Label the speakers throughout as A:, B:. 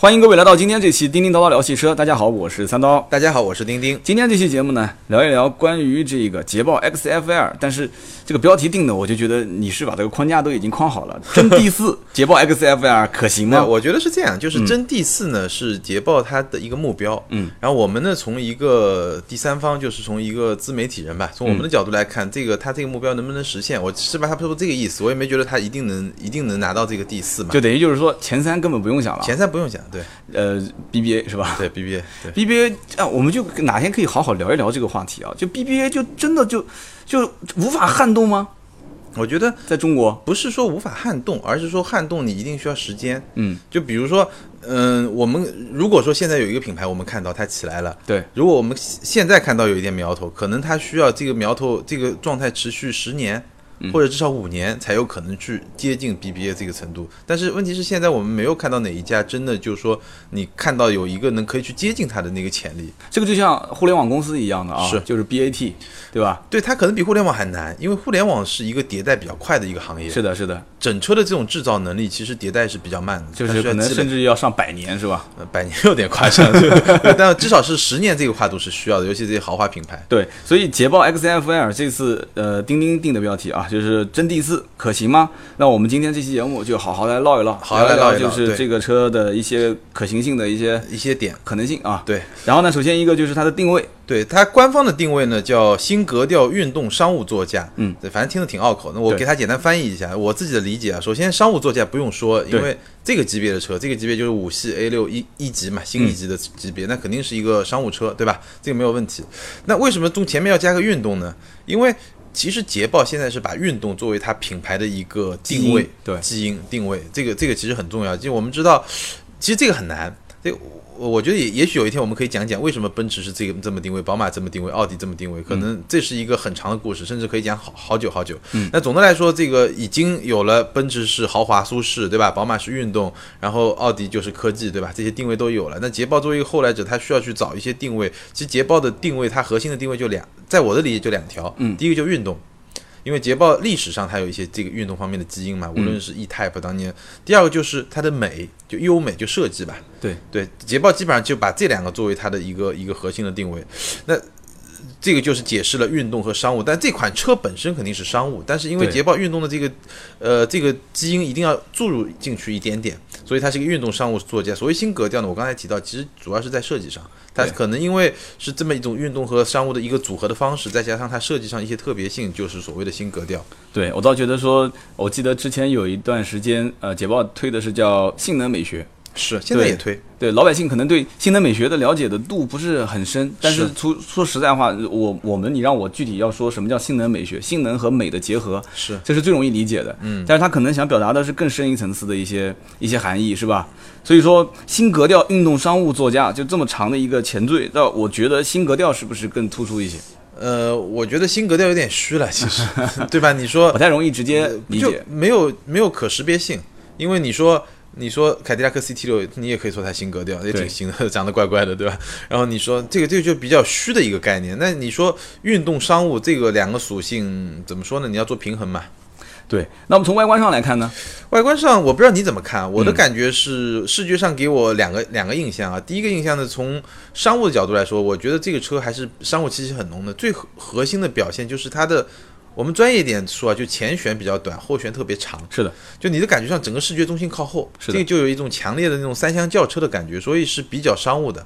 A: 欢迎各位来到今天这期《叮叮叨叨聊汽车》。大家好，我是三刀。
B: 大家好，我是丁丁。
A: 今天这期节目呢，聊一聊关于这个捷豹 XFL，但是这个标题定的，我就觉得你是把这个框架都已经框好 了。真第四捷豹 XFL 可行
B: 那
A: 吗？
B: 啊我觉得是这样，就是真第四呢、是捷豹它的一个目标，
A: 嗯，
B: 然后我们呢从一个第三方，就是从一个自媒体人吧，从我们的
A: 嗯
B: 角度来看，这个它这个目标能不能实现，我是吧？它不是这个意思，我也没觉得它一定能一定能拿到这个第四嘛，
A: 就等于就是说前三根本不用想了，
B: 前三不用讲，对
A: 呃 BBA 是吧？
B: 对，BBA 对。
A: BBA 啊，我们就哪天可以好好聊一聊这个话题啊？就 BBA 就真的就就无法撼动吗？
B: 我觉得
A: 在中国，
B: 不是说无法撼动，而是说撼动你一定需要时间。
A: 嗯，
B: 就比如说，嗯、我们如果说现在有一个品牌，我们看到它起来了，
A: 对，
B: 如果我们现现在看到有一点苗头，可能它需要这个苗头这个状态持续十年，
A: 嗯
B: 或者至少五年，才有可能去接近 BBA 这个程度。但是问题是，现在我们没有看到哪一家真的就是说你看到有一个能可以去接近它的那个潜力。
A: 这个就像互联网公司一样的啊，
B: 是
A: 就是 BAT，对吧？
B: 对，它可能比互联网还难，因为互联网是一个迭代比较快的一个行业，
A: 是的，是的，
B: 整车的这种制造能力其实迭代是比较慢的，
A: 就
B: 它
A: 是
B: 需要
A: 可能
B: 积累
A: 甚至要上百年，是吧？
B: 呃 百年有点夸张， 对但至少是十年这个跨度是需要的，尤其这些豪华品牌。
A: 对，所以捷豹 XFL 这次呃钉钉定的标题啊，就是真第四可行吗？那我们今天这期节目就好好来唠一唠，
B: 好好来
A: 聊
B: 唠一
A: 聊，
B: 唠
A: 就是
B: 对
A: 这个车的一些可行性的一些
B: 一些点，
A: 可能性啊。
B: 对
A: 然后呢，首先一个就是它的定位，
B: 对它官方的定位呢叫新格调运动商务座驾，嗯，对，反正听着挺拗口。那我
A: 对
B: 给它简单翻译一下我自己的理解啊。首先，商务座驾不用说，因为这个级别的车，这个级别就是五系 A 六一一级嘛，新一级的
A: 嗯
B: 级别，那肯定是一个商务车，对吧？这个没有问题。那为什么中前面要加个运动呢？因为其实捷豹现在是把运动作为它品牌的一个定
A: 基
B: 位
A: 因，对
B: 基因定位，这个这个其实很重要。就我们知道，其实这个很难。这个我我觉得也也许有一天我们可以讲讲为什么奔驰是这个这么定位，宝马这么定位，奥迪这么定位，可能这是一个很长的故事，甚至可以讲好好久好久。那总的来说，这个已经有了奔驰是豪华舒适，对吧？宝马是运动，然后奥迪就是科技，对吧？这些定位都有了。那捷豹作为一个后来者，它需要去找一些定位。其实捷豹的定位，它核心的定位就两，在我的理解就两条，嗯，第一个就运动。因为捷豹历史上它有一些这个运动方面的基因嘛，无论是 E Type 当年，第二个就是它的美，就优美，就设计吧，
A: 对，
B: 对，捷豹基本上就把这两个作为它的一个一个核心的定位。那呃这个就是解释了运动和商务，但这款车本身肯定是商务，但是因为
A: 对
B: 捷豹运动的这个，呃，这个基因一定要注入进去一点点，所以它是一个运动商务座驾。所谓新格调呢，我刚才提到，其实主要是在设计上，它
A: 对
B: 可能因为是这么一种运动和商务的一个组合的方式，再加上它设计上一些特别性，就是所谓的新格调。
A: 对我倒觉得说，我记得之前有一段时间，呃，捷豹推的是叫性能美学。
B: 是，现在也
A: 对
B: 推，
A: 对老百姓可能对性能美学的了解的度不是很深，但是
B: 是
A: 说说实在话，我我们你让我具体要说什么叫性能美学，性能和美的结合，
B: 是
A: 这是最容易理解的。嗯，但是他可能想表达的是更深一层次的一些一些含义，是吧？所以说新格调运动商务座驾就这么长的一个前缀，那我觉得新格调是不是更突出一些？
B: 呃，我觉得新格调有点虚了，其实，对吧？你说
A: 不太容易直接理
B: 就
A: 解。
B: 没有没有可识别性，因为你说你说凯迪拉克 CT 六，你也可以说它新格调，也
A: 对
B: 挺新的，长得怪怪的，对吧？然后你说这个这个就比较虚的一个概念。那你说运动商务这个两个属性怎么说呢？你要做平衡嘛。
A: 对，那我们从外观上来看呢？
B: 外观上我不知道你怎么看，啊我的感觉是视觉上给我两个两个印象啊。第一个印象呢，从商务的角度来说，我觉得这个车还是商务气息很浓的。最核核心的表现就是它的，我们专业一点说啊，就前悬比较短，后悬特别长。
A: 是的，
B: 就你的感觉上，整个视觉中心靠后，
A: 是的
B: 这个就有一种强烈的那种三厢轿车的感觉，所以是比较商务的。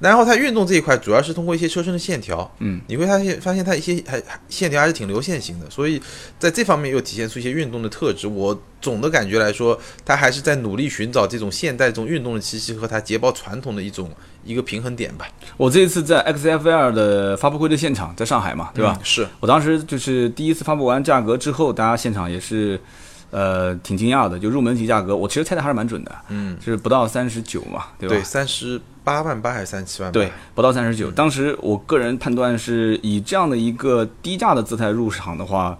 B: 然后它运动这一块，主要是通过一些车身的线条，嗯，你会发现发现它一些还还线条还是挺流线型的，所以在这方面又体现出一些运动的特质。我总的感觉来说，它还是在努力寻找这种现代这种运动的气息和它捷豹传统的一种一个平衡点吧，
A: 我这一次在 XFL 的发布会的现场，在上海嘛，对吧？
B: 嗯是，
A: 我当时就是第一次发布完价格之后，大家现场也是，呃，挺惊讶的。就入门级价格，我其实猜的还是蛮准的，嗯，是不到三十九嘛，对吧？
B: 对，三十八万八还是三十七万八？
A: 对，不到三十九。当时我个人判断是以这样的一个低价的姿态入场的话，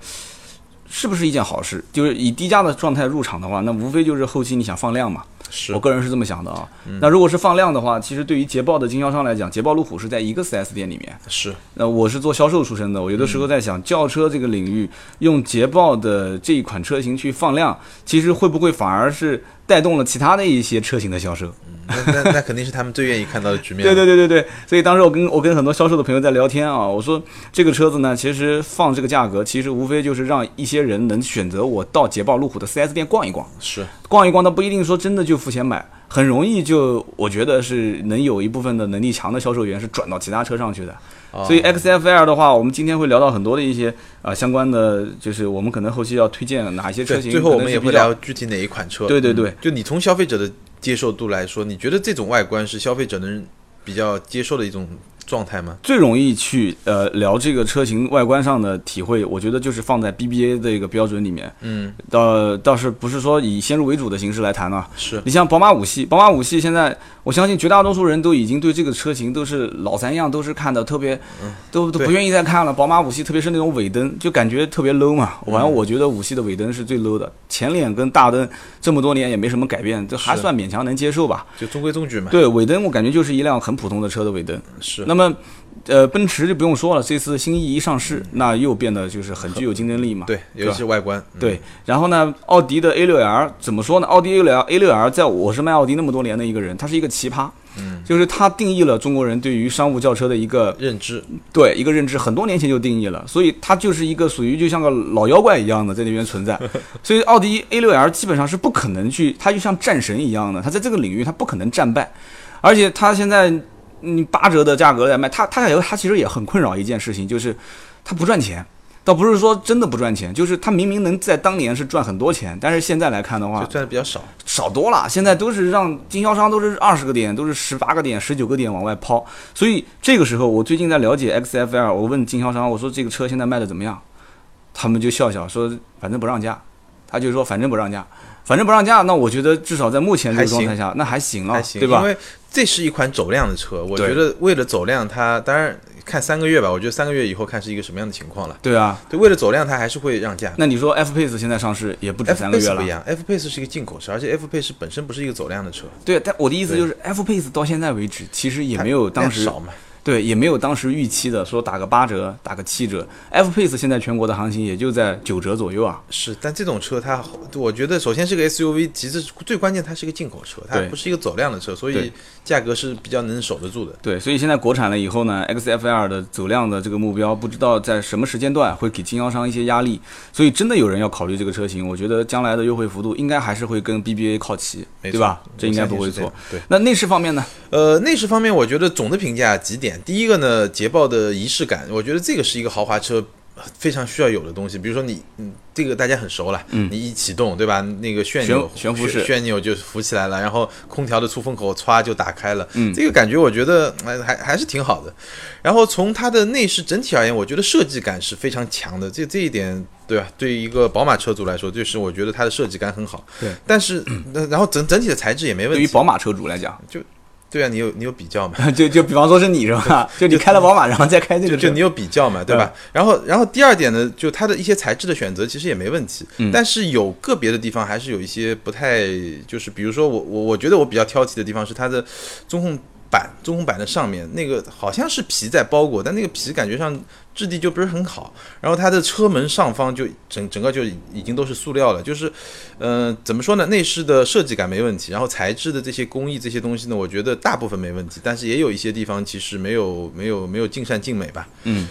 A: 是不是一件好事？就是以低价的状态入场的话，那无非就是后期你想放量嘛。
B: 是
A: 我个人是这么想的啊。那如果是放量的话，其实对于捷豹的经销商来讲，捷豹路虎是在一个 4S 店里面。
B: 是
A: 那我是做销售出身的，我有的时候在想，轿车这个领域用捷豹的这一款车型去放量，其实会不会反而是带动了其他的一些车型的销售？
B: 那嗯那那肯定是他们最愿意看到的局面。
A: 对对对对对，所以当时我跟我跟很多销售的朋友在聊天啊，我说这个车子呢，其实放这个价格，其实无非就是让一些人能选择我到捷豹路虎的 4S 店逛一逛，
B: 是
A: 逛一逛，倒不一定说真的就付钱买，很容易就我觉得是能有一部分的能力强的销售员是转到其他车上去的。
B: 啊哦
A: 所以 XFL 的话，我们今天会聊到很多的一些啊、呃相关的，就是我们可能后期要推荐哪一些车
B: 对，
A: 型，
B: 最后我们也会聊
A: 聊。
B: 具体哪一款车。
A: 对对对
B: 嗯就你从消费者的接受度来说，你觉得这种外观是消费者能比较接受的一种状态吗？
A: 最容易去呃聊这个车型外观上的体会，我觉得就是放在 BBA 的一个标准里面，
B: 嗯，
A: 倒倒是不是说以先入为主的形式来谈啊。
B: 是
A: 你像宝马五系，宝马五系现在我相信绝大多数人都已经对这个车型都是老三样，都是看的特别，都都
B: 嗯对
A: 不愿意再看了。宝马五系特别是那种尾灯，就感觉特别 low 嘛。
B: 嗯
A: 反正我觉得五系的尾灯是最 low 的，前脸跟大灯这么多年也没什么改变，这还
B: 是
A: 算勉强能接受吧。
B: 就中规中矩嘛。
A: 对尾灯，我感觉就是一辆很普通的车的尾灯。
B: 是
A: 那么，呃，奔驰就不用说了，这次新 E 一上
B: 嗯
A: 市，那又变得就是很具有竞争力嘛。
B: 对，尤其是外观。嗯
A: 对，然后呢，奥迪的 A 六 L 怎么说呢？奥迪 A 六 A 六 L 在我是卖奥迪那么多年的一个人，他是一个奇葩，嗯，就是他定义了中国人对于商务轿车的一个
B: 认知
A: 对一个认知，很多年前就定义了，所以他就是一个属于就像个老妖怪一样的在那边存在，所以奥迪 A 六 L 基本上是不可能去，他就像战神一样的，他在这个领域他不可能战败，而且他现在你八折的价格来卖，他他有他其实也很困扰一件事情，就是他不赚钱。倒不是说真的不赚钱，就是他明明能在当年是赚很多钱，但是现在来看的话
B: 就，赚的比较少。
A: 少多了，现在都是让经销商都是二十个点，都是十八个点、十九个点往外抛。所以这个时候，我最近在了解 XFL，我问经销商，我说这个车现在卖的怎么样？他们就笑笑说，反正不让价。他就说反正不让价，反正不让价。那我觉得至少在目前这个状态下，那还行了，
B: 还行，
A: 对吧
B: 因？为这是一款走量的车，我
A: 对
B: 觉得为了走量它，当然看三个月吧，我觉得三个月以后看是一个什么样的情况了。
A: 对啊。
B: 对，为了走量，它还是会让价。
A: 那你说 F Pace 现在上市也不止
B: F
A: 三个月
B: Pace
A: 了
B: 不一，样，F Pace 是一个进口车，而且 F Pace 本身不是一个走量的车，
A: 对。但我的意思
B: 对
A: 就是，F Pace 到现在为止，其实也
B: 它
A: 没有当时
B: 量少嘛。
A: 对，也没有当时预期的说打个八折、打个七折。F Pace 现在全国的行情也就在九折左右啊。
B: 是，但这种车它，我觉得首先是个 SUV，其次最关键它是个进口车，它
A: 对
B: 不是一个走量的车，所
A: 对
B: 以价格是比较能守得住的。
A: 对，所以现在国产了以后呢，XFL 的走量的这个目标，不知道在什么时间段会给经销商一些压力。所以真的有人要考虑这个车型，我觉得将来的优惠幅度应该还是会跟 BBA 靠齐，
B: 没
A: 对
B: 错
A: 吧
B: 我？
A: 这应该
B: 相
A: 不
B: 信
A: 会
B: 是这
A: 错
B: 样。对
A: 那内饰方面呢？
B: 呃，内饰方面，我觉得总的评价几点。第一个呢，捷豹的仪式感，我觉得这个是一个豪华车非常需要有的东西。比如说你，嗯，这个大家很熟了，你一启动，对吧？那个旋钮
A: 嗯悬悬浮式
B: 旋旋钮就浮起来了，然后空调的出风口歘就打开了，
A: 嗯
B: 这个感觉我觉得呃还还是挺好的。然后从它的内饰整体而言，我觉得设计感是非常强的，这这一点。对吧？对于一个宝马车主来说，就是我觉得它的设计感很好。
A: 对，
B: 但是那然后整整体的材质也没问
A: 对
B: 题。
A: 于宝马车主来讲，
B: 对啊，你有你有比较嘛？
A: 就就比方说是你是吧？就你开了宝马，然后再开这个
B: 就
A: 车
B: 你，有比较嘛，对吧？然后，然后第二点呢，就它的一些材质的选择其实也没问题，但是有个别的地方还是有一些不太，就是比如说我我我觉得我比较挑剔的地方是它的中控板，中控板的上面那个好像是皮在包裹，但那个皮感觉上质地就不是很好。然后它的车门上方就整整个就已已经都是塑料了，就是，呃，怎么说呢？内饰的设计感没问题，然后材质的这些工艺这些东西呢，我觉得大部分没问题，但是也有一些地方其实没有没有没有尽善尽美吧。
A: 嗯，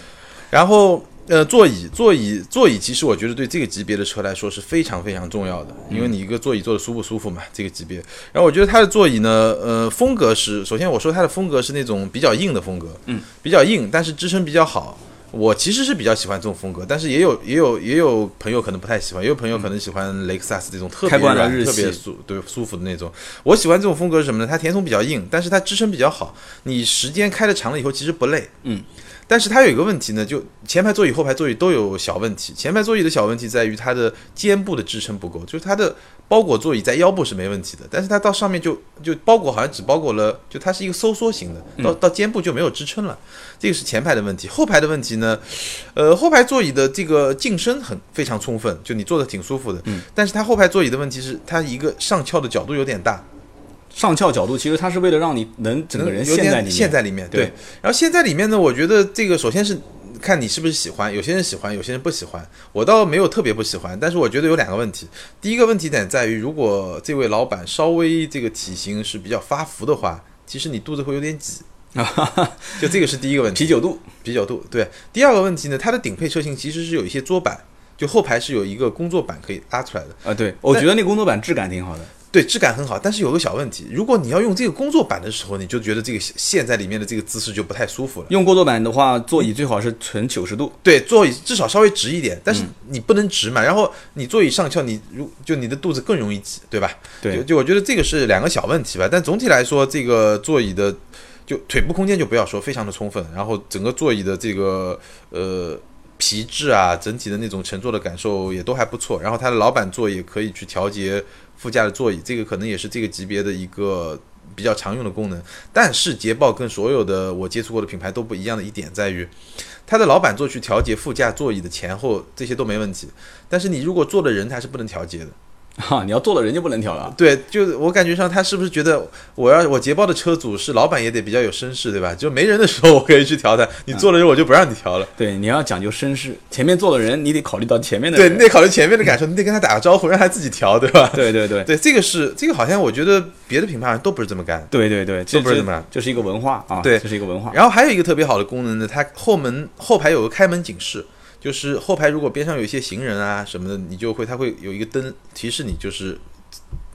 B: 然后呃，座椅座椅座椅，其实我觉得对这个级别的车来说是非常非常重要的，
A: 嗯
B: 因为你一个座椅坐的舒不舒服嘛，这个级别。然后我觉得它的座椅呢，呃，风格是，首先我说它的风格是那种比较硬的风格，嗯，比较硬，但是支撑比较好。我其实是比较喜欢这种风格，但是也有也有也有朋友可能不太喜欢，也有朋友可能喜欢雷克萨斯这种特
A: 开
B: 别
A: 关的啊
B: 软、
A: 日
B: 特别
A: 系
B: 舒对舒服的那种。我喜欢这种风格是什么呢？它填充比较硬，但是它支撑比较好，你时间开的长了以后其实不累，但是它有一个问题呢，就前排座椅、后排座椅都有小问题。前排座椅的小问题在于它的肩部的支撑不够，就是它的包裹座椅在腰部是没问题的，但是它到上面就就包裹好像只包裹了，就它是一个收缩型的，到到肩部就没有支撑了，这个是前排的问题。后排的问题呢，呃，后排座椅的这个进深很非常充分，就你坐的挺舒服的，但是它后排座椅的问题是它一个上翘的角度有点大。
A: 上翘角度，其实它是为了让你能整个人
B: 有
A: 陷
B: 点
A: 在里面。
B: 陷在里面。对
A: 对
B: 然后陷在里面呢，我觉得这个首先是看你是不是喜欢，有些人喜欢，有些人不喜欢。我倒没有特别不喜欢，但是我觉得有两个问题。第一个问题点在于，如果这位老板稍微这个体型是比较发福的话，其实你肚子会有点挤。 就这个是第一个问题，
A: 啤酒肚，
B: 啤酒肚。对，第二个问题呢，它的顶配车型其实是有一些桌板，就后排是有一个工作板可以拉出来的。
A: 啊，对，我觉得那工作板质感挺好的。
B: 对，质感很好，但是有个小问题，如果你要用这个工作板的时候，你就觉得这个陷在里面的这个姿势就不太舒服了。
A: 用工作板的话，座椅最好是呈九十度。
B: 对，座椅至少稍微直一点，但是你不能直嘛。然后你座椅上翘，你如就你的肚子更容易挤，对吧？
A: 对
B: 就就我觉得这个是两个小问题吧。但总体来说，这个座椅的就腿部空间就不要说，非常的充分。然后整个座椅的这个呃皮质啊，整体的那种乘坐的感受也都还不错。然后它的老板座也可以去调节副驾的座椅，这个可能也是这个级别的一个。比较常用的功能，但是捷豹跟所有的我接触过的品牌都不一样的一点在于，它的老板座去调节副驾座椅的前后这些都没问题，但是你如果坐的人他是不能调节的。
A: 哈、你要坐了人就不能调了。啊
B: 对，就我感觉上他是不是觉得我要我捷豹的车主是老板也得比较有绅士对吧？就没人的时候我可以去调它，
A: 嗯
B: 你坐了人我就不让你调了。
A: 对，你要讲究绅士，前面坐的人你得考虑到前面的
B: 对，
A: 人。
B: 你得考虑前面的感受，你得跟他打个招呼，让他自己调对吧？
A: 对对对
B: 对，这个是这个好像我觉得别的品牌好像都不是这么干。
A: 对对对，这
B: 都不是
A: 这
B: 这么来
A: 这是一个文化啊，
B: 对
A: 这是一个文化。
B: 然后还有一个特别好的功能呢，它后门后排有个开门警示，就是后排如果边上有一些行人啊什么的，你就会它会有一个灯提示你，就是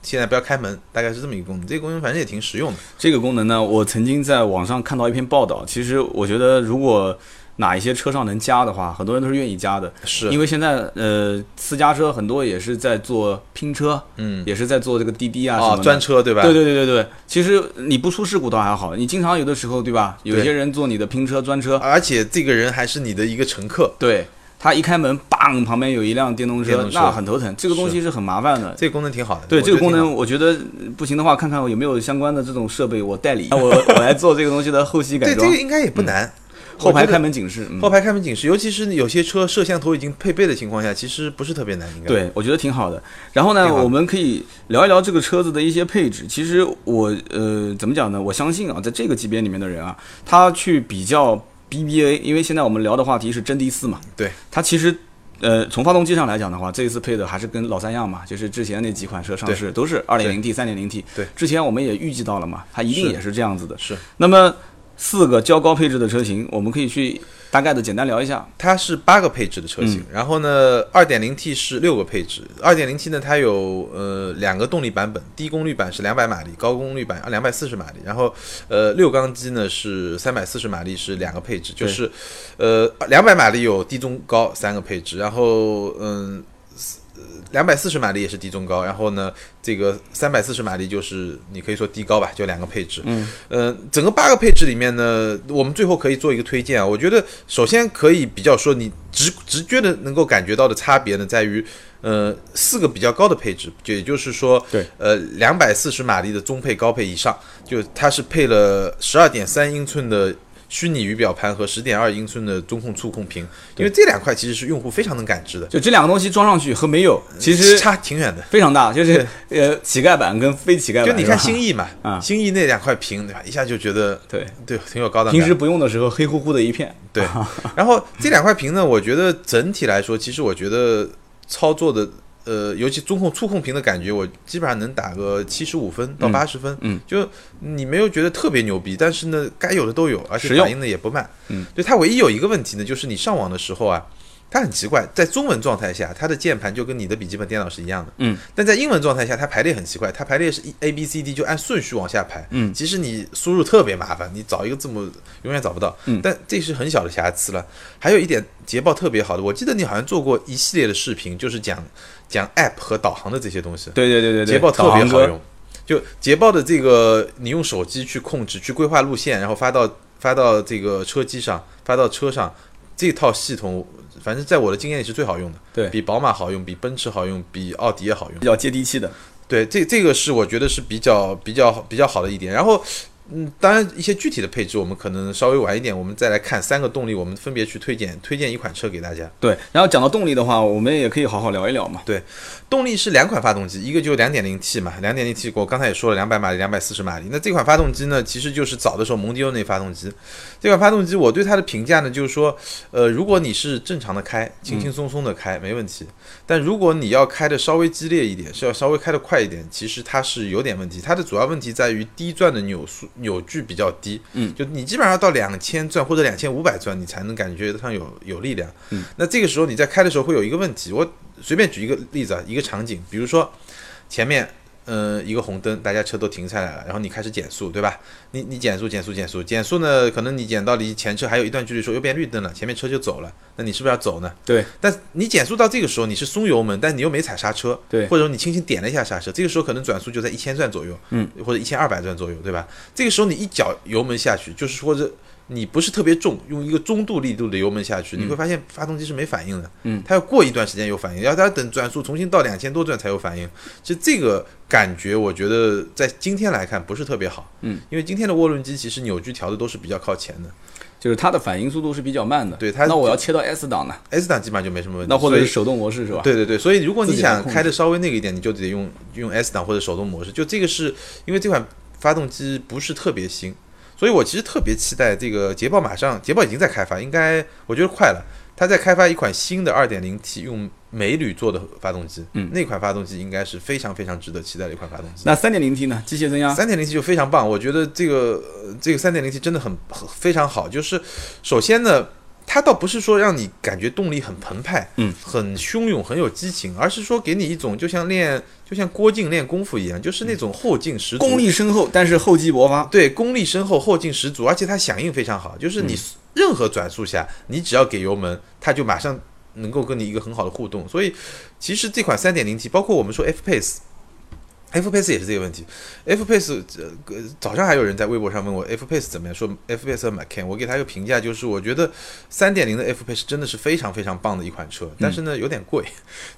B: 现在不要开门，大概是这么一个功能。这个功能反正也挺实用的。
A: 这个功能呢，我曾经在网上看到一篇报道，其实我觉得如果哪一些车上能加的话，很多人都是愿意加的，
B: 是
A: 因为现在呃私家车很多也是在做拼车，
B: 嗯，
A: 也是在做这个滴滴啊什么
B: 哦，
A: 的。
B: 专车对吧？
A: 对对对对对，其实你不出事故倒还好，你经常有的时候对吧？有
B: 对啊
A: 些人坐你的拼车专车，
B: 而且这个人还是你的一个乘客，
A: 对他一开门，bang，旁边有一辆电动车，
B: 电动车
A: 那很头疼，这个东西是很麻烦的。
B: 这个功能挺好的。
A: 对
B: 我
A: 这
B: 觉得
A: 个功
B: 挺好
A: 能，我觉得不行的话，看看我有没有相关的这种设备，我代理，
B: 啊
A: 我我来 做这个东西的后期
B: 的，
A: 改
B: 对这
A: 装嗯
B: 个，应该也不难。
A: 后
B: 我
A: 排
B: 觉得
A: 开门警示。嗯
B: 后，排开门警示，尤其是有些车摄像头已经配备的情况下，其实不是特别难，应该。
A: 对，我觉得挺好的。然后呢，
B: 挺好的
A: 我们可以聊一聊这个车子的一些配置。其实我呃，怎么讲呢？我相信啊，在这个级别里面的人啊，他去比较 BBA，因为现在我们聊的话题是真 D 四嘛，
B: 对，
A: 它其实。呃，从发动机上来讲的话，这一次配的还是跟老三样嘛，就是之前那几款车上市都是 2.0T、3.0T。
B: 对，
A: 之前我们也预计到了嘛，它一定
B: 是
A: 也是这样子的。
B: 是。
A: 那么四个较高配置的车型，我们可以去大概的简单聊一下。
B: 它是八个配置的车
A: 嗯
B: 型，然后呢，二点零 T 是六个配置，二点零 T 呢它有呃两个动力版本，低功率版是两百马力，高功率版啊两百四十马力，然后呃六缸机呢是三百四十马力是两个配置，就是呃两百马力有低中高三个配置，然后嗯。两百四十马力也是低中高，然后呢，这个三百四十马力就是你可以说低高吧，就两个配置。嗯，呃，整个八个配置里面呢，我们最后可以做一个推荐啊。我觉得首先可以比较说你直直觉的能够感觉到的差别呢，在于呃四个比较高的配置，就也就是说，
A: 对，
B: 呃两百四十马力的中配、高配以上，就它是配了十二点三英寸的。虚拟仪表盘和十点二英寸的中控触控屏，因为这两块其实是用户非常能感知的，
A: 就这两个东西装上去和没有，其实
B: 差挺远的。
A: 非常大，就是呃乞丐版跟非乞丐版。
B: 就你看
A: 是吧
B: 新意嘛，
A: 啊
B: 新意那两块屏对吧，一下就觉得
A: 对，
B: 对挺有高档感。
A: 平时不啊用的时候黑乎乎的一片。
B: 对， 然后这两块屏呢，我觉得整体来说，其实我觉得操作的。呃，尤其中控触控屏的感觉，我基本上能打个七十五分到八十分
A: 嗯
B: 就你没有觉得特别牛逼，但是呢，该有的都有，而且
A: 实用
B: 反应的也不慢。
A: 嗯，
B: 对它唯一有一个问题呢，就是你上网的时候啊，它很奇怪，在中文状态下，它的键盘就跟你的笔记本电脑是一样的。
A: 嗯，
B: 但在英文状态下，它排列很奇怪，它排列是一 A B C D 就按顺序往下排。
A: 嗯
B: 其实你输入特别麻烦，你找一个字母永远找不到。
A: 嗯
B: 但这是很小的瑕疵了。还有一点捷豹特别好的，我记得你好像做过一系列的视频，就是讲讲 App 和导航的这些东西。
A: 对对对对对，
B: 捷豹特
A: 导
B: 别
A: 航
B: 好
A: 哥
B: 用。就捷豹的这个，你用手机去控制、去规划路线，然后发到发到这个车机上，发到车上，这套系统，反正在我的经验里是最好用的。
A: 对
B: 比宝马好用，比奔驰好用，比奥迪也好用
A: 比。较接地气的。
B: 对，这这个是我觉得是比较比较比较好的一点。然后嗯，当然一些具体的配置，我们可能稍微晚一点，我们再来看三个动力，我们分别去推荐推荐一款车给大家。
A: 对，然后讲到动力的话，我们也可以好好聊一聊嘛。
B: 对，动力是两款发动机，一个就是 2.0T 嘛，2.0T 我刚才也说了，200马力、240马力。那这款发动机呢，其实就是早的时候蒙迪欧那发动机。这款发动机我对它的评价呢，就是说，呃，如果你是正常的开，轻轻松松的
A: 嗯
B: 开、没问题，但如果你要开的稍微激烈一点，是要稍微开的快一点，其实它是有点问题。它的主要问题在于低转的扭速扭矩比较低，
A: 嗯，
B: 就你基本上要到两千转或者两千五百转，你才能感觉上有有力量。
A: 嗯，
B: 那这个时候你在开的时候会有一个问题，我随便举一个例子啊，一个场景，比如说前面呃一个红灯，大家车都停下来了，然后你开始减速，对吧？你你减速减速减速减速呢，可能你减到离前车还有一段距离的时候，又变绿灯了，前面车就走了，那你是不是要走呢？
A: 对
B: 但你减速到这个时候，你是松油门，但你又没踩刹车，
A: 对
B: 或者说你轻轻点了一下刹车，这个时候可能转速就在一千转左右，
A: 嗯，
B: 或者一千二百转左右，对吧？这个时候你一脚油门下去，就是或者你不是特别重，用一个中度力度的油门下去，你会发现发动机是没反应的，
A: 嗯，
B: 它要过一段时间有反应，要它等转速重新到两千多转才有反应。其实这个感觉，我觉得在今天来看不是特别好，
A: 嗯，
B: 因为今天的涡轮机其实扭矩调的都是比较靠前的
A: 就是它的反应速度是比较慢的。
B: 对它
A: 那我要切到 S 档呢，
B: ，S 档基本上就没什么问题，
A: 那或
B: 所
A: 者
B: 以
A: 是手动模式是吧？
B: 对对对，所以如果你
A: 自己来
B: 想
A: 控
B: 开的稍微那个一点，你就得用用 S 档或者手动模式。就这个是因为这款发动机不是特别新，所以我其实特别期待这个捷豹马上，捷豹已经在开发，应该我觉得快了。它在开发一款新的 2.0T 用镁铝做的发动机，
A: 嗯
B: 那款发动机应该是非常非常值得期待的一款发动机。
A: 那三点零 T 呢？机械增压，
B: 三点零 T 就非常棒，我觉得这个呃这个三点零 T 真的很很非常好。就是首先呢，它倒不是说让你感觉动力很澎湃，
A: 嗯，
B: 很汹涌，很有激情，而是说给你一种就像练就像郭靖练功夫一样，就是那种后劲十足，
A: 功力深厚，但是厚积薄啊发。
B: 对，功力深厚，后劲十足，而且它响应非常好，就是
A: 嗯
B: 你任何转速下，你只要给油门，它就马上能够跟你一个很好的互动。所以，其实这款 3.0T，包括我们说 F Pace。F Pace 也是这个问题，F Pace 呃早上还有人在微博上问我 F Pace 怎么样，说 F Pace 和 Macan，我给他一个评价就是，我觉得3.0的 F Pace 真的是非常非常棒的一款车，但是呢有点贵，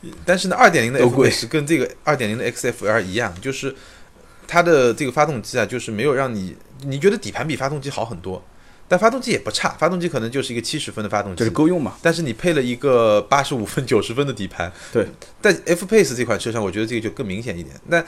B: 但是呢2.0的
A: 嗯都
B: F
A: 贵
B: Pace 跟这个2.0的 XFL 一样，就是它的这个发动机啊，就是没有让你你觉得底盘比发动机好很多，但发动机也不差，发动机可能就是一个七十分的发动
A: 就是
B: 机。
A: 够用嘛？
B: 但是你配了一个八十五分、九十分的底盘，
A: 对，
B: 在 F Pace 这款车上，我觉得这个就更明显一点。那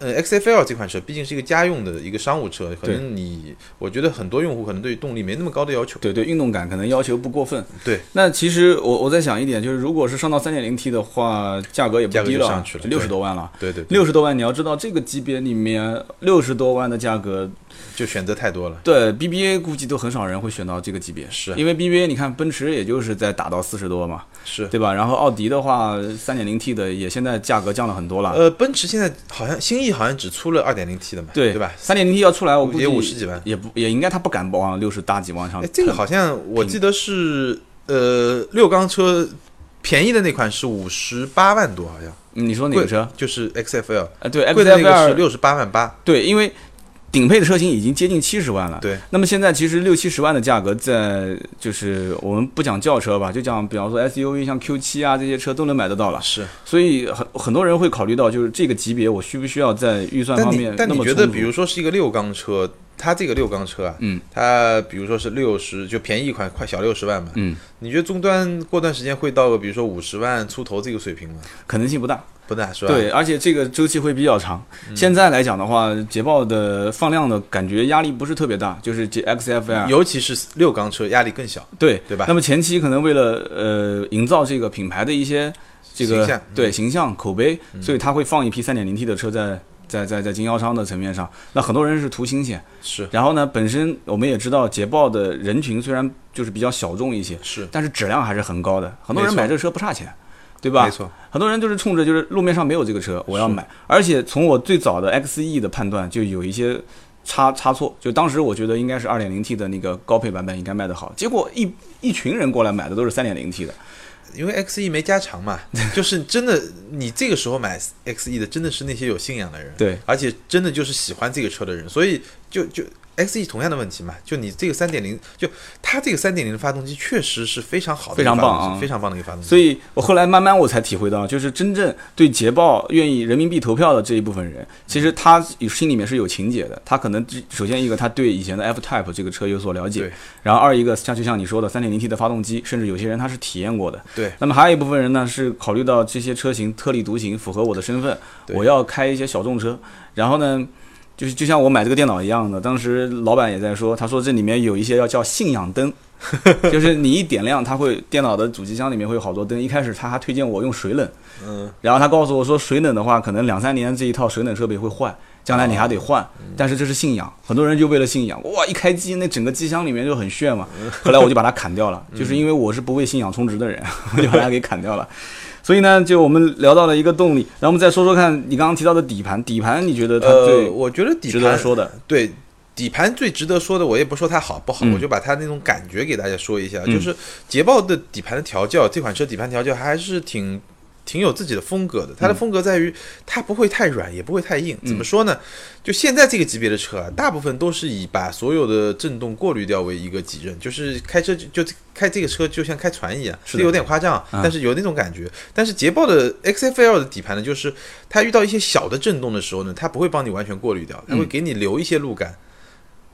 B: 呃，XFL 这款车毕竟是一个家用的一个商务车，可
A: 对
B: 能你我觉得很多用户可能对于动力没那么高的要求。
A: 对对，运动感可能要求不过分。
B: 对，
A: 那其实我我在想一点，就是如果是上到三点零 T 的话，价格也不
B: 价格
A: 低
B: 就
A: 了，
B: 上去了
A: 六
B: 对
A: 十多万了。
B: 对对对，
A: 六十多万，你要知道这个级别里面六十多万的价格，
B: 就选择太多了。
A: 对 BBA 估计都很少人会选到这个级别，
B: 是
A: 因为 BBA 你看奔驰也就是在打到四十多嘛，
B: 是，
A: 对吧？然后奥迪的话，三点零 T 的也现在价格降了很多了，
B: 呃，奔驰现在好像新意好像只出了二点零 T 的嘛，
A: 对
B: 对吧？
A: 三点零 T 要出来，我估计
B: 也50几万
A: 也不也应该他不敢往六十大几往上
B: 哎
A: 喷。，
B: 这个好像我记得是呃六缸车便宜的那款是五十八万多，好像
A: 嗯，你说哪个
B: 贵
A: 车？
B: 就是 XFL，
A: 呃，对
B: 贵的那个
A: ，XF2
B: 是六十八万八。
A: 对，因为顶配的车型已经接近七十万了。
B: 对，
A: 那么现在其实六七十万的价格，在就是我们不讲轿车吧，就讲比方说 SUV，像 Q 7啊这些车都能买得到了。
B: 是，
A: 所以很很多人会考虑到，就是这个级别我需不需要在预算
B: 但
A: 方
B: 你
A: 面嗯
B: 但
A: 那
B: 你
A: 么
B: 觉
A: 充
B: 得，
A: 足？
B: 比如说是一个六缸车，它这个六缸车啊，
A: 嗯，
B: 它比如说是六十，就便宜一款，快小六十万嘛，
A: 嗯，
B: 你觉得终端过段时间会到个比如说五十万出头这个水平吗？
A: 可能性不大。
B: 不大是吧？嗯
A: 对，而且这个周期会比较长。现在来讲的话，捷豹的放量的感觉压力不是特别大，就是 G XFL。
B: 尤其是六缸车压力更小，
A: 对
B: 对吧
A: 那么前期可能为了呃营造这个品牌的一些这个
B: 形象嗯
A: 对形象口碑，所以他会放一批 3.0T 的车在在在在经销商的层面上。那很多人是图新鲜，
B: 是
A: 然后呢，本身我们也知道捷豹的人群虽然就是比较小众一些，
B: 是，
A: 但是质量还是很高的。很多人
B: 没错
A: 买这车不差钱，对吧
B: 没？错，
A: 很多人就是冲着就是路面上没有这个车，我要买。而且从我最早的 XE 的判断就有一些差差错，就当时我觉得应该是 2.0T 的那个高配版本应该卖得好，结果一一群人过来买的都是 3.0T 的。
B: 因为 XE 没加长 嘛，就是真的，你这个时候买 E XE 的真的是那些有信仰的人，
A: 对，
B: 而且真的就是喜欢这个车的人，所以就就 X E 同样的问题嘛，就你这个三点零，就它这个三点零的发动机确实是非常好的，
A: 非常棒啊
B: 非常棒的一个发动机。
A: 所以我后来慢慢我才体会到，就是真正对捷豹愿意人民币投票的这一部分人，其实他心里面是有情节的。他可能只首先一个，他对以前的 F Type 这个车有所了解
B: 对，
A: 然后二一个，像就像你说的 3.0T 的发动机，甚至有些人他是体验过的。
B: 对
A: 那么还有一部分人呢，是考虑到这些车型特立独行，符合我的身份，
B: 对
A: 我要开一些小众车。然后呢，就是就像我买这个电脑一样的，当时老板也在说，他说这里面有一些要叫信仰灯，就是你一点亮，它会电脑的主机箱里面会有好多灯。一开始他还推荐我用水冷，
B: 嗯，
A: 然后他告诉我说，水冷的话，可能两三年这一套水冷设备会坏，将来你还得换。
B: 嗯
A: 但是这是信仰，很多人就为了信仰，哇，一开机那整个机箱里面就很炫嘛。后来我就把它砍掉了，
B: 嗯
A: 就是因为我是不为信仰充值的人， 我就把它给砍掉了。所以呢，就我们聊到了一个动力，然后我们再说说看你刚刚提到的底盘，底盘你觉得它
B: 呃，
A: 最
B: 我觉得底
A: 值
B: 盘
A: 得说的？
B: 对，底盘最值得说的，我也不说它好不好，
A: 嗯
B: 我就把它那种感觉给大家说一下。
A: 嗯
B: 就是捷豹的底盘的调教，这款车底盘调教还是挺挺有自己的风格的。它的
A: 嗯
B: 风格在于它不会太软，也不会太硬。怎么说呢？就现在这个级别的车啊，大部分都是以把所有的震动过滤掉为一个己任，就是开车就就开这个车就像开船一样，
A: 是
B: 这
A: 的嗯
B: 有点夸张，但是有那种感觉。但是捷豹的 XFL 的底盘呢，就是它遇到一些小的震动的时候呢，它不会帮你完全过滤掉，
A: 嗯
B: 它会给你留一些路感。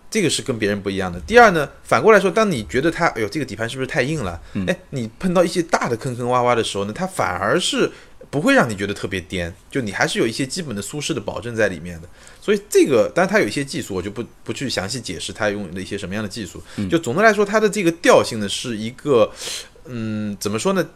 B: 这个是跟别人不一样的。第二呢，反过来说，当你觉得它，哎呦，这个底盘是不是太硬了？哎、你碰到一些大的坑坑洼洼的时候呢，它反而是不会让你觉得特别颠，就你还是有一些基本的舒适的保证在里面的。所以这个，当然它有一些技术，我就不不去详细解释它用的一些什么样的技术。就总的来说，它的这个调性呢，是一个，嗯，怎么说呢？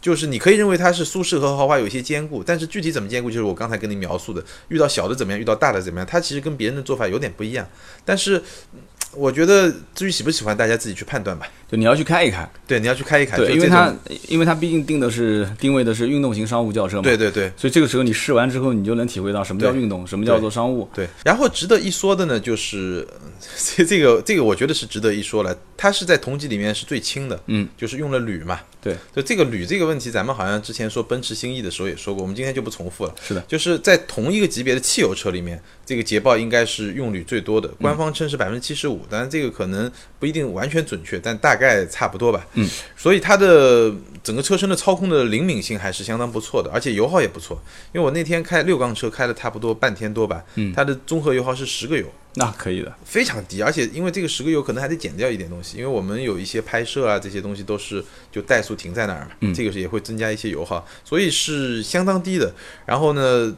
B: 就是你可以认为它是舒适和豪华有一些兼顾，但是具体怎么兼顾，就是我刚才跟你描述的，遇到小的怎么样，遇到大的怎么样，它其实跟别人的做法有点不一样。但是嗯我觉得至于喜不喜欢，大家自己去判断吧。
A: 就你要去开一开，
B: 对，你要去开一开，
A: 对，
B: 哎就
A: 因为
B: 这种
A: 它因为它毕竟定的是定位的是运动型商务轿车嘛，
B: 对对对。
A: 所以这个时候你试完之后，你就能体会到什么叫
B: 对
A: 运动，什么叫做商务。
B: 对，然后值得一说的呢，就是 嗯这这个这个，我觉得是值得一说了。它是在同级里面是最轻的，
A: 嗯，
B: 就是用了铝嘛。
A: 对，
B: 就这个铝这个问题，咱们好像之前说奔驰新 E 的时候也说过，我们今天就不重复了。
A: 是的，
B: 就是在同一个级别的汽油车里面，这个捷豹应该是用铝最
A: 嗯
B: 多的，官方称是百分之七十五，但是这个可能不一定完全准确，但大概差不多吧。
A: 嗯，
B: 所以它的整个车身的操控的灵敏性还是相当不错的，而且油耗也不错。因为我那天开六缸车开了差不多半天多吧，嗯，它的综合油耗是十个油，
A: 那可以的。
B: 非常低，而且因为这个十个油可能还得减掉一点东西，因为我们有一些拍摄啊这些东西都是就怠速停在那儿嘛，
A: 嗯
B: 这个是也会增加一些油耗，所以是相当低的。然后呢，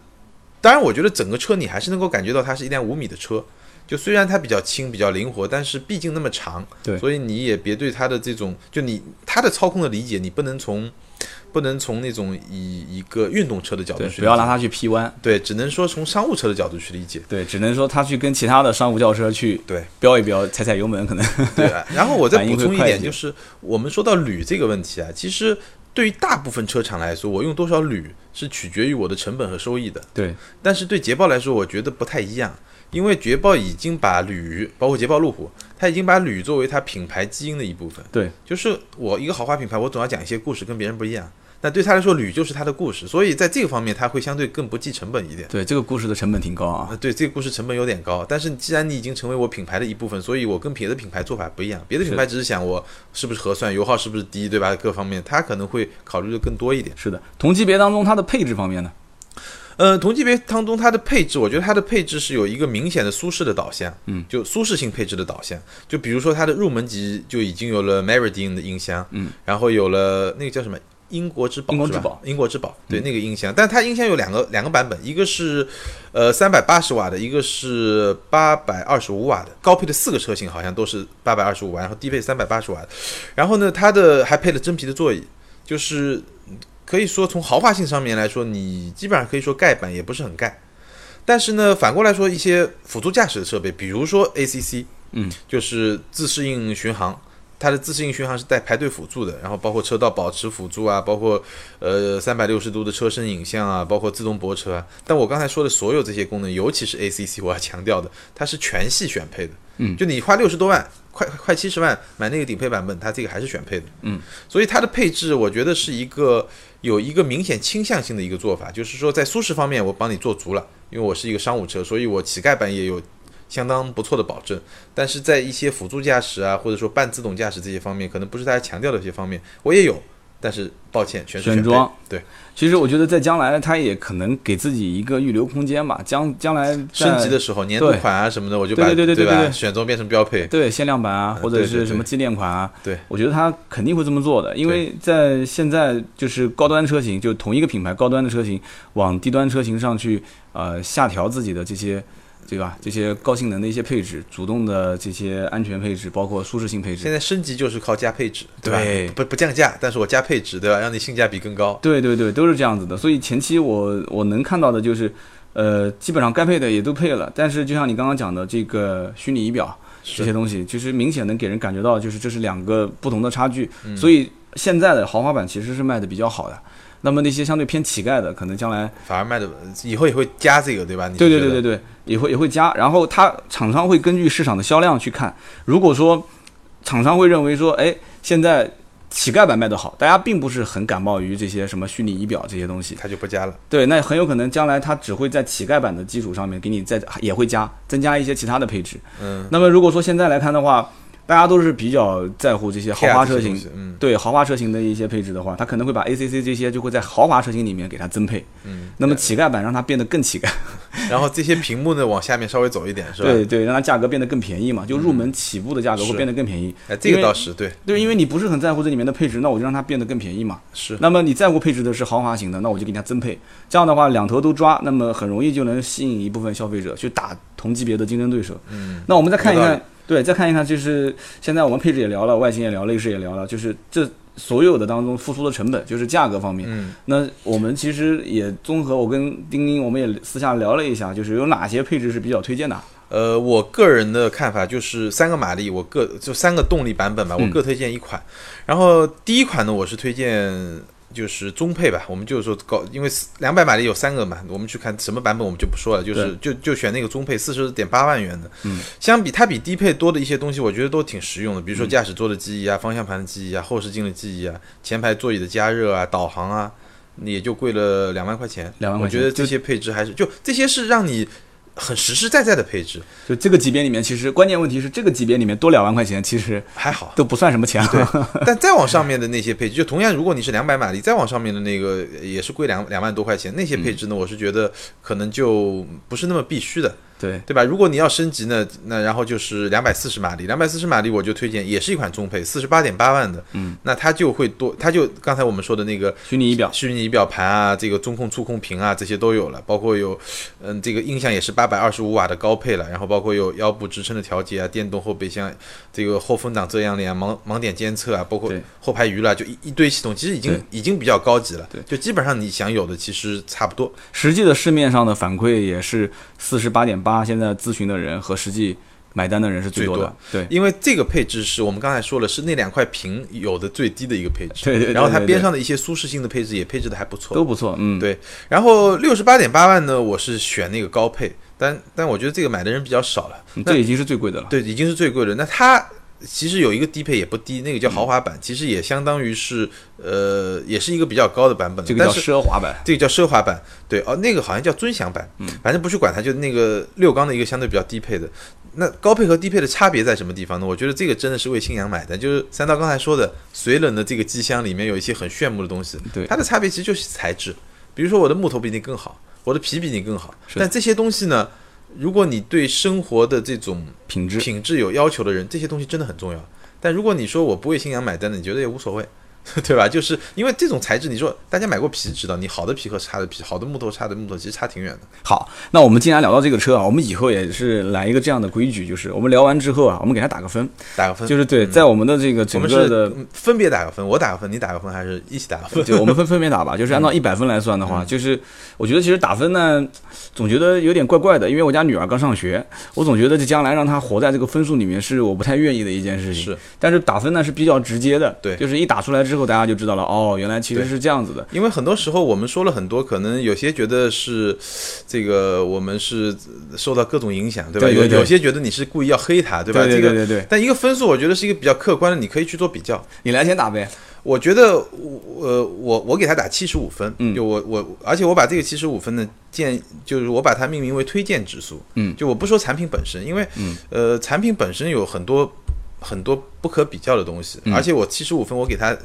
B: 当然我觉得整个车你还是能够感觉到它是一辆五米的车，就虽然它比较轻比较灵活，但是毕竟那么长，
A: 对
B: 所以你也别对它的这种就你它的操控的理解，你不能从不能从那种以一个运动车的角度
A: 对，
B: 去
A: 不要拿
B: 它
A: 它去 P 弯。
B: 对，只能说从商务车的角度去理解。
A: 对，只能说它去跟其他的商务轿车去
B: 对，
A: 飙一飙，踩踩油门，可能
B: 对啊，然后我再
A: 反应
B: 补
A: 会
B: 充一
A: 快一
B: 点，
A: 些
B: 就是我们说到铝这个问题啊，其实对于大部分车厂来说，我用多少铝是取决于我的成本和收益的。
A: 对
B: 但是对捷豹来说，我觉得不太一样，因为捷豹已经把铝，包括捷豹路虎，它已经把铝作为它品牌基因的一部分。
A: 对，
B: 就是我一个豪华品牌，我总要讲一些故事，跟别人不一样。那对他来说，铝就是他的故事，所以在这个方面，他会相对更不计成本一点。
A: 对，这个故事的成本挺高啊。
B: 啊，对，这个故事成本有点高，但是既然你已经成为我品牌的一部分，所以我跟别的品牌做法不一样。别的品牌只是想我是不是合算，油耗是不是低，对吧？各方面，它可能会考虑的更多一点。
A: 是的，同级别当中它的配置方面呢，
B: 呃，同级别当中，它的配置，我觉得它的配置是有一个明显的舒适的导向，嗯，就舒适性配置的导向。就比如说它的入门级就已经有了 Meridian 的音箱，嗯，然后有了那个叫什么？英国之宝，
A: 英国之
B: 是吧
A: 宝，嗯
B: 英国之宝，对那个音箱，但它音箱有两个两个版本，一个是呃三百八十瓦的，一个是八百二十五瓦的。高配的四个车型好像都是八百二十五瓦，然后低配三百八十瓦的。然后呢，它的还配了真皮的座椅，就是可以说从豪华性上面来说，你基本上可以说盖板也不是很盖。但是呢，反过来说，一些辅助驾驶的设备，比如说 ACC，
A: 嗯，
B: 就是自适应巡航，它的自适应巡航是带排队辅助的，然后包括车道保持辅助啊，包括呃三百六十度的车身影像啊，包括自动泊车啊。但我刚才说的所有这些功能，尤其是 ACC，我要强调的，它是全系选配的。嗯，就你花六十多万，快快七十万买那个顶配版本，它这个还是选配的。嗯，所以它的配置，我觉得是一个有一个明显倾向性的一个做法，就是说在舒适方面我帮你做足了，因为我是一个商务车，所以我乞丐版也有相当不错的保证。但是在一些辅助驾驶啊，或者说半自动驾驶这些方面，可能不是大家强调的这些方面，我也有，但是抱歉，全是
A: 选
B: 全
A: 装
B: 配对，
A: 其实我觉得在将来，它也可能给自己一个预留空间吧。将将来在
B: 升级的时候年度
A: 对
B: 款啊什么的，我就把
A: 对对对对对
B: 吧
A: 对
B: 选装变成标配。
A: 对限量版啊，或者
B: 呃对对
A: 是什么纪念款啊，
B: 对
A: 我觉得它肯定会这么做的，因为在现在就是高端车型，就同一个品牌高端的车型往低端车型上去，呃，下调自己的这些。对吧？这些高性能的一些配置，主动的这些安全配置，包括舒适性配置
B: 现，在升级就是靠加配置，对
A: 对
B: 吧？不不降价，但是我加配置，对吧？让你性价比更高。
A: 对对对，都是这样子的。所以前期我我能看到的就是，呃，基本上该配的也都配了，但是就像你刚刚讲的这个虚拟仪表这些东西，其实明显能给人感觉到就是这是两个不同的差距。
B: 嗯
A: 所以现在的豪华版其实是卖的比较好的。那么那些相对偏乞丐的，可能将来
B: 反而卖的以后也会加这个，对吧？你是
A: 对对
B: 觉
A: 对
B: 得
A: 对对，也会也会加。然后它厂商会根据市场的销量去看，如果说厂商会认为说，哎，现在乞丐版卖得好，大家并不是很感冒于这些什么虚拟仪表这些东西，
B: 他就不加了。
A: 对，那很有可能将来它只会在乞丐版的基础上面给你再也会加增加一些其他的配置。
B: 嗯，
A: 那么如果说现在来看的话，大家都是比较在乎这些豪华车
B: care 这些
A: 型
B: 东西，嗯
A: 对豪华车型的一些配置的话，它可能会把 ACC 这些就会在豪华车型里面给它增配。
B: 嗯，
A: 那么乞丐版让它变得更乞丐，
B: 然后这些屏幕呢，往下面稍微走一点， 是吧？嗯
A: 对对，让它价格变得更便宜嘛，就入门起步的价格
B: 是
A: 会变得更便宜。
B: 哎，这个
A: 因为
B: 倒是对，
A: 对，因为你不是很在乎这里面的配置，那我就让它变得更便宜嘛。
B: 是
A: 那么你在乎配置的是豪华型的，那我就给它增配。这样的话，两头都抓，那么很容易就能吸引一部分消费者去打同级别的竞争对手。
B: 嗯，
A: 那我们再看一
B: 有道
A: 看
B: 理，
A: 对，再看一看，就是现在我们配置也聊了，外形也聊了，内饰也聊了，就是这所有的当中付出的成本，就是价格方面。
B: 嗯，
A: 那我们其实也综合，我跟丁丁我们也私下聊了一下，就是有哪些配置是比较推荐的。
B: 呃，我个人的看法就是三个马力，我各就三个动力版本吧，我
A: 嗯
B: 各推荐一款。然后第一款呢，我是推荐就是中配吧，我们就是说高，因为两百马力有三个嘛，我们去看什么版本我们就不说了，就是就就选那个中配四十点八万元的。
A: 嗯，
B: 相比它比低配多的一些东西，我觉得都挺实用的，比如说驾驶座的记忆啊、方向盘的记忆啊、后视镜的记忆啊、前排座椅的加热啊、导航啊，也就贵了两万块钱。
A: 2万
B: 我
A: 块钱
B: 觉得这
A: 就
B: 些配置还是就这些是让你。很实实在在的配置，
A: 就这个级别里面，其实关键问题是这个级别里面多两万块钱，其实
B: 还好，
A: 都不算什么钱。
B: 但再往上面的那些配置，就同样，如果你是两百马力，再往上面的那个呃也是贵两两万多块钱，那些配置呢，我是觉得可能就不是那么必须的，
A: 对，
B: 对吧？如果你要升级呢，那然后就是两百四十马力，两百四十马力我就推荐也是一款中配，四十八点八万的，嗯，那它就会多，它就刚才我们说的那个
A: 虚拟仪表。
B: 虚拟仪表盘啊，这个中控触控屏啊，这些都有了，包括有，嗯，这个音响也是八百二十五瓦的高配了，然后包括有腰部支撑的调节啊，电动后备箱，这个后风挡遮阳帘啊，盲盲点监测啊，包括
A: 对
B: 后排娱乐啊，就一一堆系统，其实已经
A: 对
B: 已经比较高级了，
A: 对
B: 就基本上你想有的其实差不多，
A: 实际的市面上的反馈也是四十八点八，现在咨询的人和实际买单的人是最多的。对，
B: 因为这个配置是我们刚才说了，是那两块屏有的最低的一个配置，
A: 对对对
B: 然后它
A: 对对
B: 边上的一些舒适性的配置也配置的还不错，
A: 都不错。嗯，
B: 对然后六十八点八万呢，我是选那个高配，但但我觉得这个买的人比较少了。
A: 嗯
B: 那
A: 这已经是最贵的了。
B: 对，已经是最贵的。那它其实有一个低配也不低，那个叫
A: 嗯
B: 豪华版，其实也相当于是呃，也是一个比较高的版本，
A: 这个
B: 但
A: 叫
B: 是
A: 奢华版。
B: 这个叫奢华版，对哦，那个好像叫尊享版，
A: 嗯
B: 反正不去管它，就那个六缸的一个相对比较低配的。那高配和低配的差别在什么地方呢？我觉得这个真的是为新娘买的，就是三刀刚才说的，水冷的这个机箱里面有一些很炫目的东西，
A: 对
B: 它的差别其实就是材质，比如说我的木头比你更好，我的皮比你更好，
A: 是的
B: 但这些东西呢，如果你对生活的这种
A: 品质
B: 品质有要求的人，这些东西真的很重要。但如果你说我不为新娘买单的，你觉得也无所谓， 对吧？就是因为这种材质，你说大家买过皮知道，你好的皮和差的皮，好的木头差的木头，其实差挺远的。
A: 好，那我们既然聊到这个车啊，我们以后也是来一个这样的规矩，就是我们聊完之后啊，我们给它打个分，
B: 打个分，
A: 就是对，在我们的这个
B: 嗯我
A: 整
B: 们
A: 个
B: 是
A: 的。
B: 嗯分别打个分，我打个分，你打个分，还是一起打个 分？
A: 对，我们分分别打吧，就是
B: 嗯
A: 按照一百分来算的话，就是我觉得其实打分呢，总觉得有点怪怪的，因为我家女儿刚上学，我总觉得这将来让她活在这个分数里面是我不太愿意的一件事情。
B: 是，
A: 但是打分呢是比较直接的，
B: 对
A: 就是一打出来之后，大家就知道了，哦，原来其实是这样子的。
B: 因为很多时候我们说了很多，可能有些觉得是这个我们是受到各种影响，对吧？
A: 对对对
B: 有有些觉得你是故意要黑他，对吧？
A: 对对对对
B: 这
A: 对
B: 个，但一个分数我觉得是一个比较客观的，你可以去做比较。
A: 你来先打呗，
B: 我觉得我呃我我给他打七十五分，
A: 嗯
B: 就我我而且我把这个七十五分呢建就是我把它命名为推荐指数，
A: 嗯
B: 就我不说产品本身，因为呃产品本身有很多很多不可比较的东西，
A: 嗯
B: 而且我七十五分我给他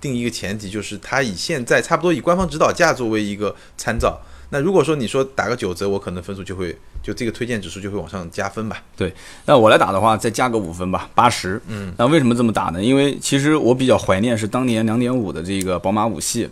B: 定一个前提就是它以现在差不多以官方指导价作为一个参照。那如果说你说打个九折，我可能分数就会就这个推荐指数就会往上加分吧。
A: 对，那我来打的话，再加个五分吧，八十。嗯，那为什么这么打呢？因为其实我比较怀念是当年两点五的这个宝马五系，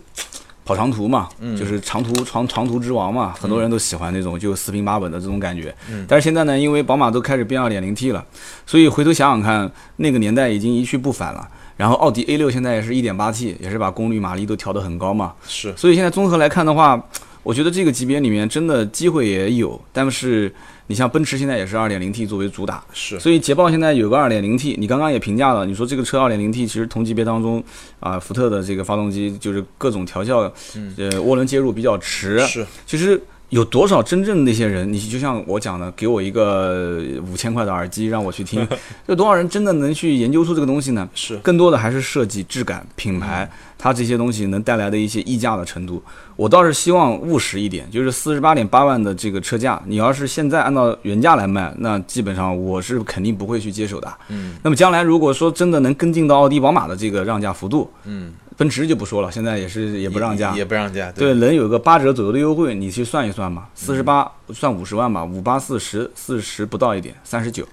A: 跑长途嘛，就是长途长长途之王嘛，很多人都喜欢那种就四平八稳的这种感觉。嗯，但是现在呢，因为宝马都开始变二点零 T 了，所以回头想想看，那个年代已经一去不返了。然后奥迪 A 六现在也是一点八 T，也是把功率马力都调得很高嘛。
B: 是，
A: 所以现在综合来看的话，我觉得这个级别里面真的机会也有，但是你像奔驰现在也是 2.0T 作为主打，
B: 是
A: 所以捷豹现在有个 2.0T，你刚刚也评价了，你说这个车 2.0T 其实同级别当中啊、福特的这个发动机就是各种调校，呃，涡轮介入比较迟，
B: 是，
A: 其实。有多少真正的那些人？你就像我讲的，给我一个五千块的耳机让我去听，有多少人真的能去研究出这个东西呢？
B: 是
A: 更多的还是设计、质感、品牌，
B: 嗯
A: 它这些东西能带来的一些溢价的程度。我倒是希望务实一点，就是四十八点八万的这个车价，你要是现在按照原价来卖，那基本上我是肯定不会去接手的。嗯，那么将来如果说真的能跟进到奥迪、宝马的这个让价幅度，嗯，奔驰就不说了，现在也是也不让价，
B: 也不让价，
A: 对，能有个八折左右的优惠，你去算一算
B: 嗯
A: 吧，四十八算五十万吧，五八四十，四十不到一点，三十九，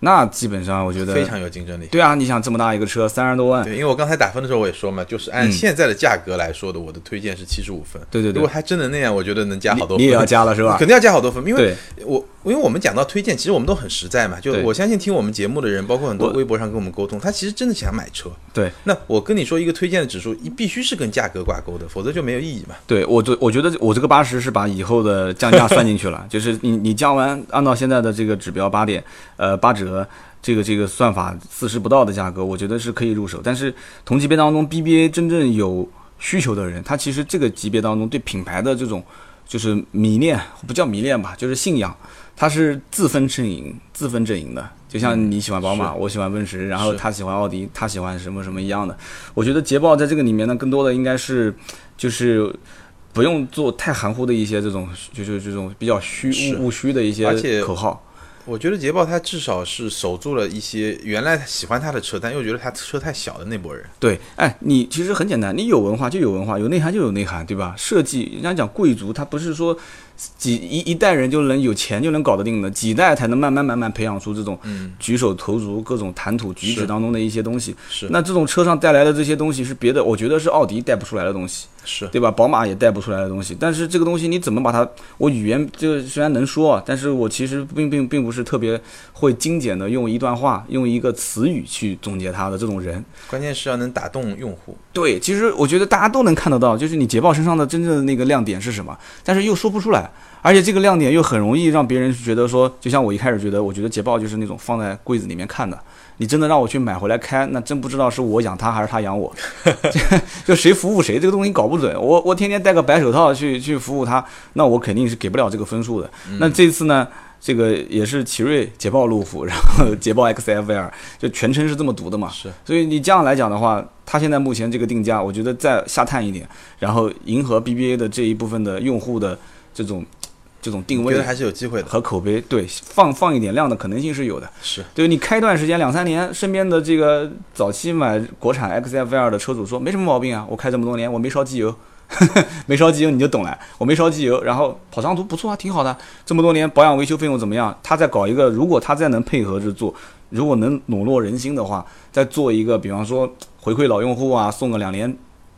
A: 那基本上我觉得
B: 非常有竞争力。
A: 对啊，你想这么大一个车三十多万，
B: 对，因为我刚才打分的时候我也说嘛，就是按现在的价格来说的，我的推荐是七十五分。
A: 嗯对对对
B: 如果还真的那样，我觉得能加好多分。
A: 你也要加了是吧
B: 肯定要加好多分，因为
A: 对
B: 我因为我们讲到推荐，其实我们都很实在嘛。就
A: 对
B: 我相信听我们节目的人，包括很多
A: 我
B: 微博上跟我们沟通，他其实真的想买车。
A: 对
B: 那我跟你说，一个推荐的指数，一必须是跟价格挂钩的，否则就没有意义嘛。
A: 对，我觉我觉得我这个八十是把以后的降价算进去 了，就是你你降完按照现在的这个指标八点，呃八折。这个这个算法四十不到的价格，我觉得是可以入手。但是同级别当中，BBA 真正有需求的人，他其实这个级别当中对品牌的这种就是迷恋，不叫迷恋吧，就是信仰，他是自分阵营、自分阵营的。就像你喜欢宝马，我喜欢奔驰，然后
B: 嗯是
A: 他喜欢奥迪，他喜欢什么什么一样的。我觉得捷豹在这个里面呢，更多的应该是就是不用做太含糊的一些这种，就是这种比较虚
B: 是
A: 务务虚的一
B: 而且
A: 些口号。
B: 我觉得捷豹它至少是守住了一些原来喜欢它的车，但又觉得它车太小的那波人。
A: 对，哎，你其实很简单，你有文化就有文化，有内涵就有内涵，对吧？设计，人家讲贵族，他不是说几一一代人就能有钱就能搞得定的，几代才能慢慢慢慢培养出这种举手投足、各种谈吐举止当中的一些东西。
B: 是
A: 那这种车上带来的这些东西是别的，我觉得是奥迪带不出来的东西。
B: 是
A: 对吧？宝马也带不出来的东西，但是这个东西你怎么把它？我语言就虽然能说啊，但是我其实并并并不是特别会精简的用一段话、用一个词语去总结它的这种人。
B: 关键是要能打动用户。
A: 对，其实我觉得大家都能看得到，就是你捷豹身上的真正的那个亮点是什么，但是又说不出来，而且这个亮点又很容易让别人觉得说，就像我一开始觉得，我觉得捷豹就是那种放在柜子里面看的，你真的让我去买回来开，那真不知道是我养它还是它养我，就谁服务谁，这个东西搞不准。我我天天戴个白手套去去服务它，那我肯定是给不了这个分数的。那这次呢？这个也是奇瑞、捷豹路虎，然后捷豹 XFL，就全称是这么读的嘛。
B: 是，
A: 所以你这样来讲的话，它现在目前这个定价，我觉得再下探一点，然后迎合 BBA 的这一部分的用户的这种这种定
B: 我觉
A: 位
B: 得还是有机会的。
A: 和口碑，对放放一点量的可能性是有的。
B: 是。
A: 对你开一段时间两三年，身边的这个早期买国产 XFL 的车主说没什么毛病啊，我开这么多年我没烧机油， 没烧机油你就懂了，我没烧机油，然后跑长途不错啊，挺好的，这么多年保养维修费用怎么样？他再搞一个，如果他再能配合着做，如果能笼络人心的话，再做一个，比方说回馈老用户啊，送个两年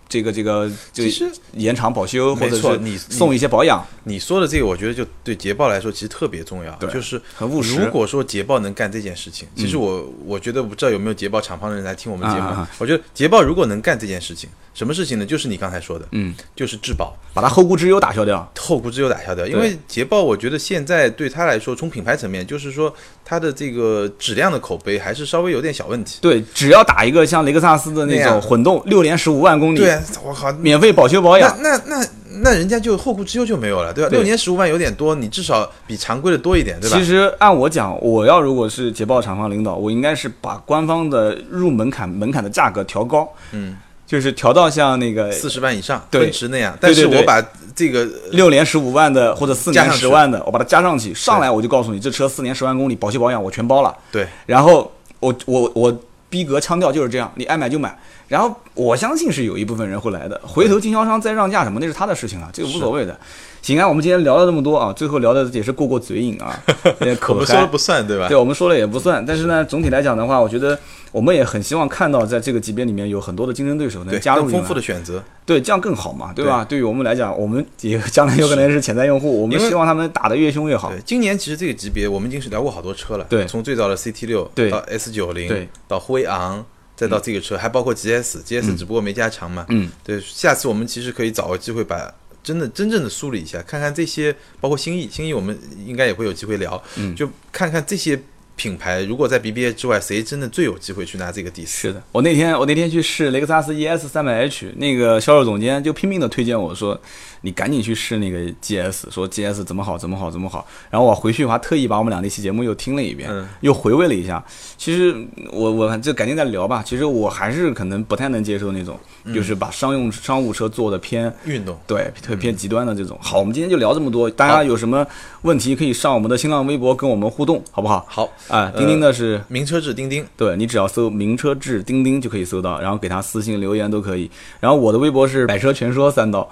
A: 这个这个就
B: 其实
A: 延长保修，或
B: 没
A: 者
B: 错
A: 是
B: 你你
A: 送一些保养，
B: 你说的这个，我觉得就对捷豹来说其实特别重要，
A: 对
B: 就是
A: 很务实嗯
B: 如果说捷豹能干这件事情，其实我我觉得我不知道有没有捷豹厂方的人来听我们节目。
A: 啊啊啊
B: 我觉得捷豹如果能干这件事情，什么事情呢？就是你刚才说的，
A: 嗯，
B: 就是质保。
A: 把它后顾之忧打消掉。
B: 后顾之忧打消掉，因为捷豹，我觉得现在对它来说，从品牌层面，就是说它的这个质量的口碑还是稍微有点小问题。
A: 对，只要打一个像雷克萨斯的那
B: 那
A: 种
B: 样
A: 混动，六年十五万公里
B: 对，啊，我靠，
A: 免费保修保
B: 那
A: 养，
B: 那那那人家就后顾之忧就没有了，对吧？
A: 对
B: 六年十五万有点多，你至少比常规的多一点，对吧？
A: 其实按我讲，我要如果是捷豹厂方领导，我应该是把官方的入门槛门槛的价格调高，
B: 嗯，
A: 就是调到像那个
B: 四十万以上，
A: 对
B: 奔驰那样。
A: 对
B: 但
A: 对
B: 是我
A: 对
B: 把这个呃
A: 六年十五万的或者四
B: 加
A: 年
B: 上去
A: 十万的，我把它加上去，上来我就告诉你，这车四年十万公里，保修保养我全包了。
B: 对
A: 然后我我我逼格腔调就是这样，你爱买就买。然后我相信是有一部分人会来的，回头经销商再让价什么，那是他的事情啊了，这个无所谓的。行啊，我们今天聊了这么多啊，最后聊的也是过过嘴瘾 啊，也
B: 我
A: 口
B: 们
A: 嗨。
B: 说了不算，对吧？
A: 对我们说了也不算，但是呢，总体来讲的话，我觉得我们也很希望看到，在这个级别里面有很多的竞争对手
B: 对，
A: 能加入
B: 更
A: 进来
B: 丰富的选择。
A: 对，这样更好嘛，对吧？对于我们来讲，我们也将来有可能是潜在用户，我们
B: 因为
A: 希望他们打得越凶越好
B: 对。，今年其实这个级别我们已经是聊过好多车了，
A: 对
B: 从最早的 CT 六
A: 对
B: 到 S 九零
A: 对，
B: 到辉昂。再到这个车，还包括 GS，GS 只不过没加长嘛。
A: 嗯，
B: 对，下次我们其实可以找个机会把真的真正的梳理一下，看看这些，包括新意，新意我们应该也会有机会聊，
A: 嗯
B: 就看看这些品牌如果在 BBA 之外，谁真的最有机会去拿这个第四。
A: 是的，我那天我那天去试雷克萨斯 ES 三百 H，那个销售总监就拼命的推荐我说，你赶紧去试那个 GS，说 GS 怎么好怎么好怎么好。然后我回去的话，特意把我们俩那期节目又听了一遍，
B: 嗯
A: 又回味了一下。其实我我就改天再聊吧。其实我还是可能不太能接受那种，
B: 嗯
A: 就是把商用商务车做的偏。
B: 运动，
A: 对，特偏极端的这种。好，我们今天就聊这么多。大家有什么问题可以上我们的新浪微博跟我们互动，好不好？
B: 好
A: 啊，
B: 呃
A: 钉钉的是
B: 名车志钉钉，
A: 对你只要搜“名车志钉钉”就可以搜到，然后给他私信留言都可以。然后我的微博是“百车全说三刀”，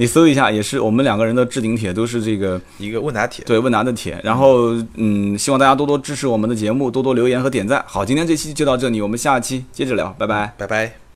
A: 你搜一下，也是我们两个人的置顶帖，都是这个
B: 一个问答帖。
A: 对问答的帖。然后嗯，希望大家多多支持我们的节目，多多留言和点赞。好，今天这期就到这里，我们下期接着聊，拜拜。
B: 拜拜。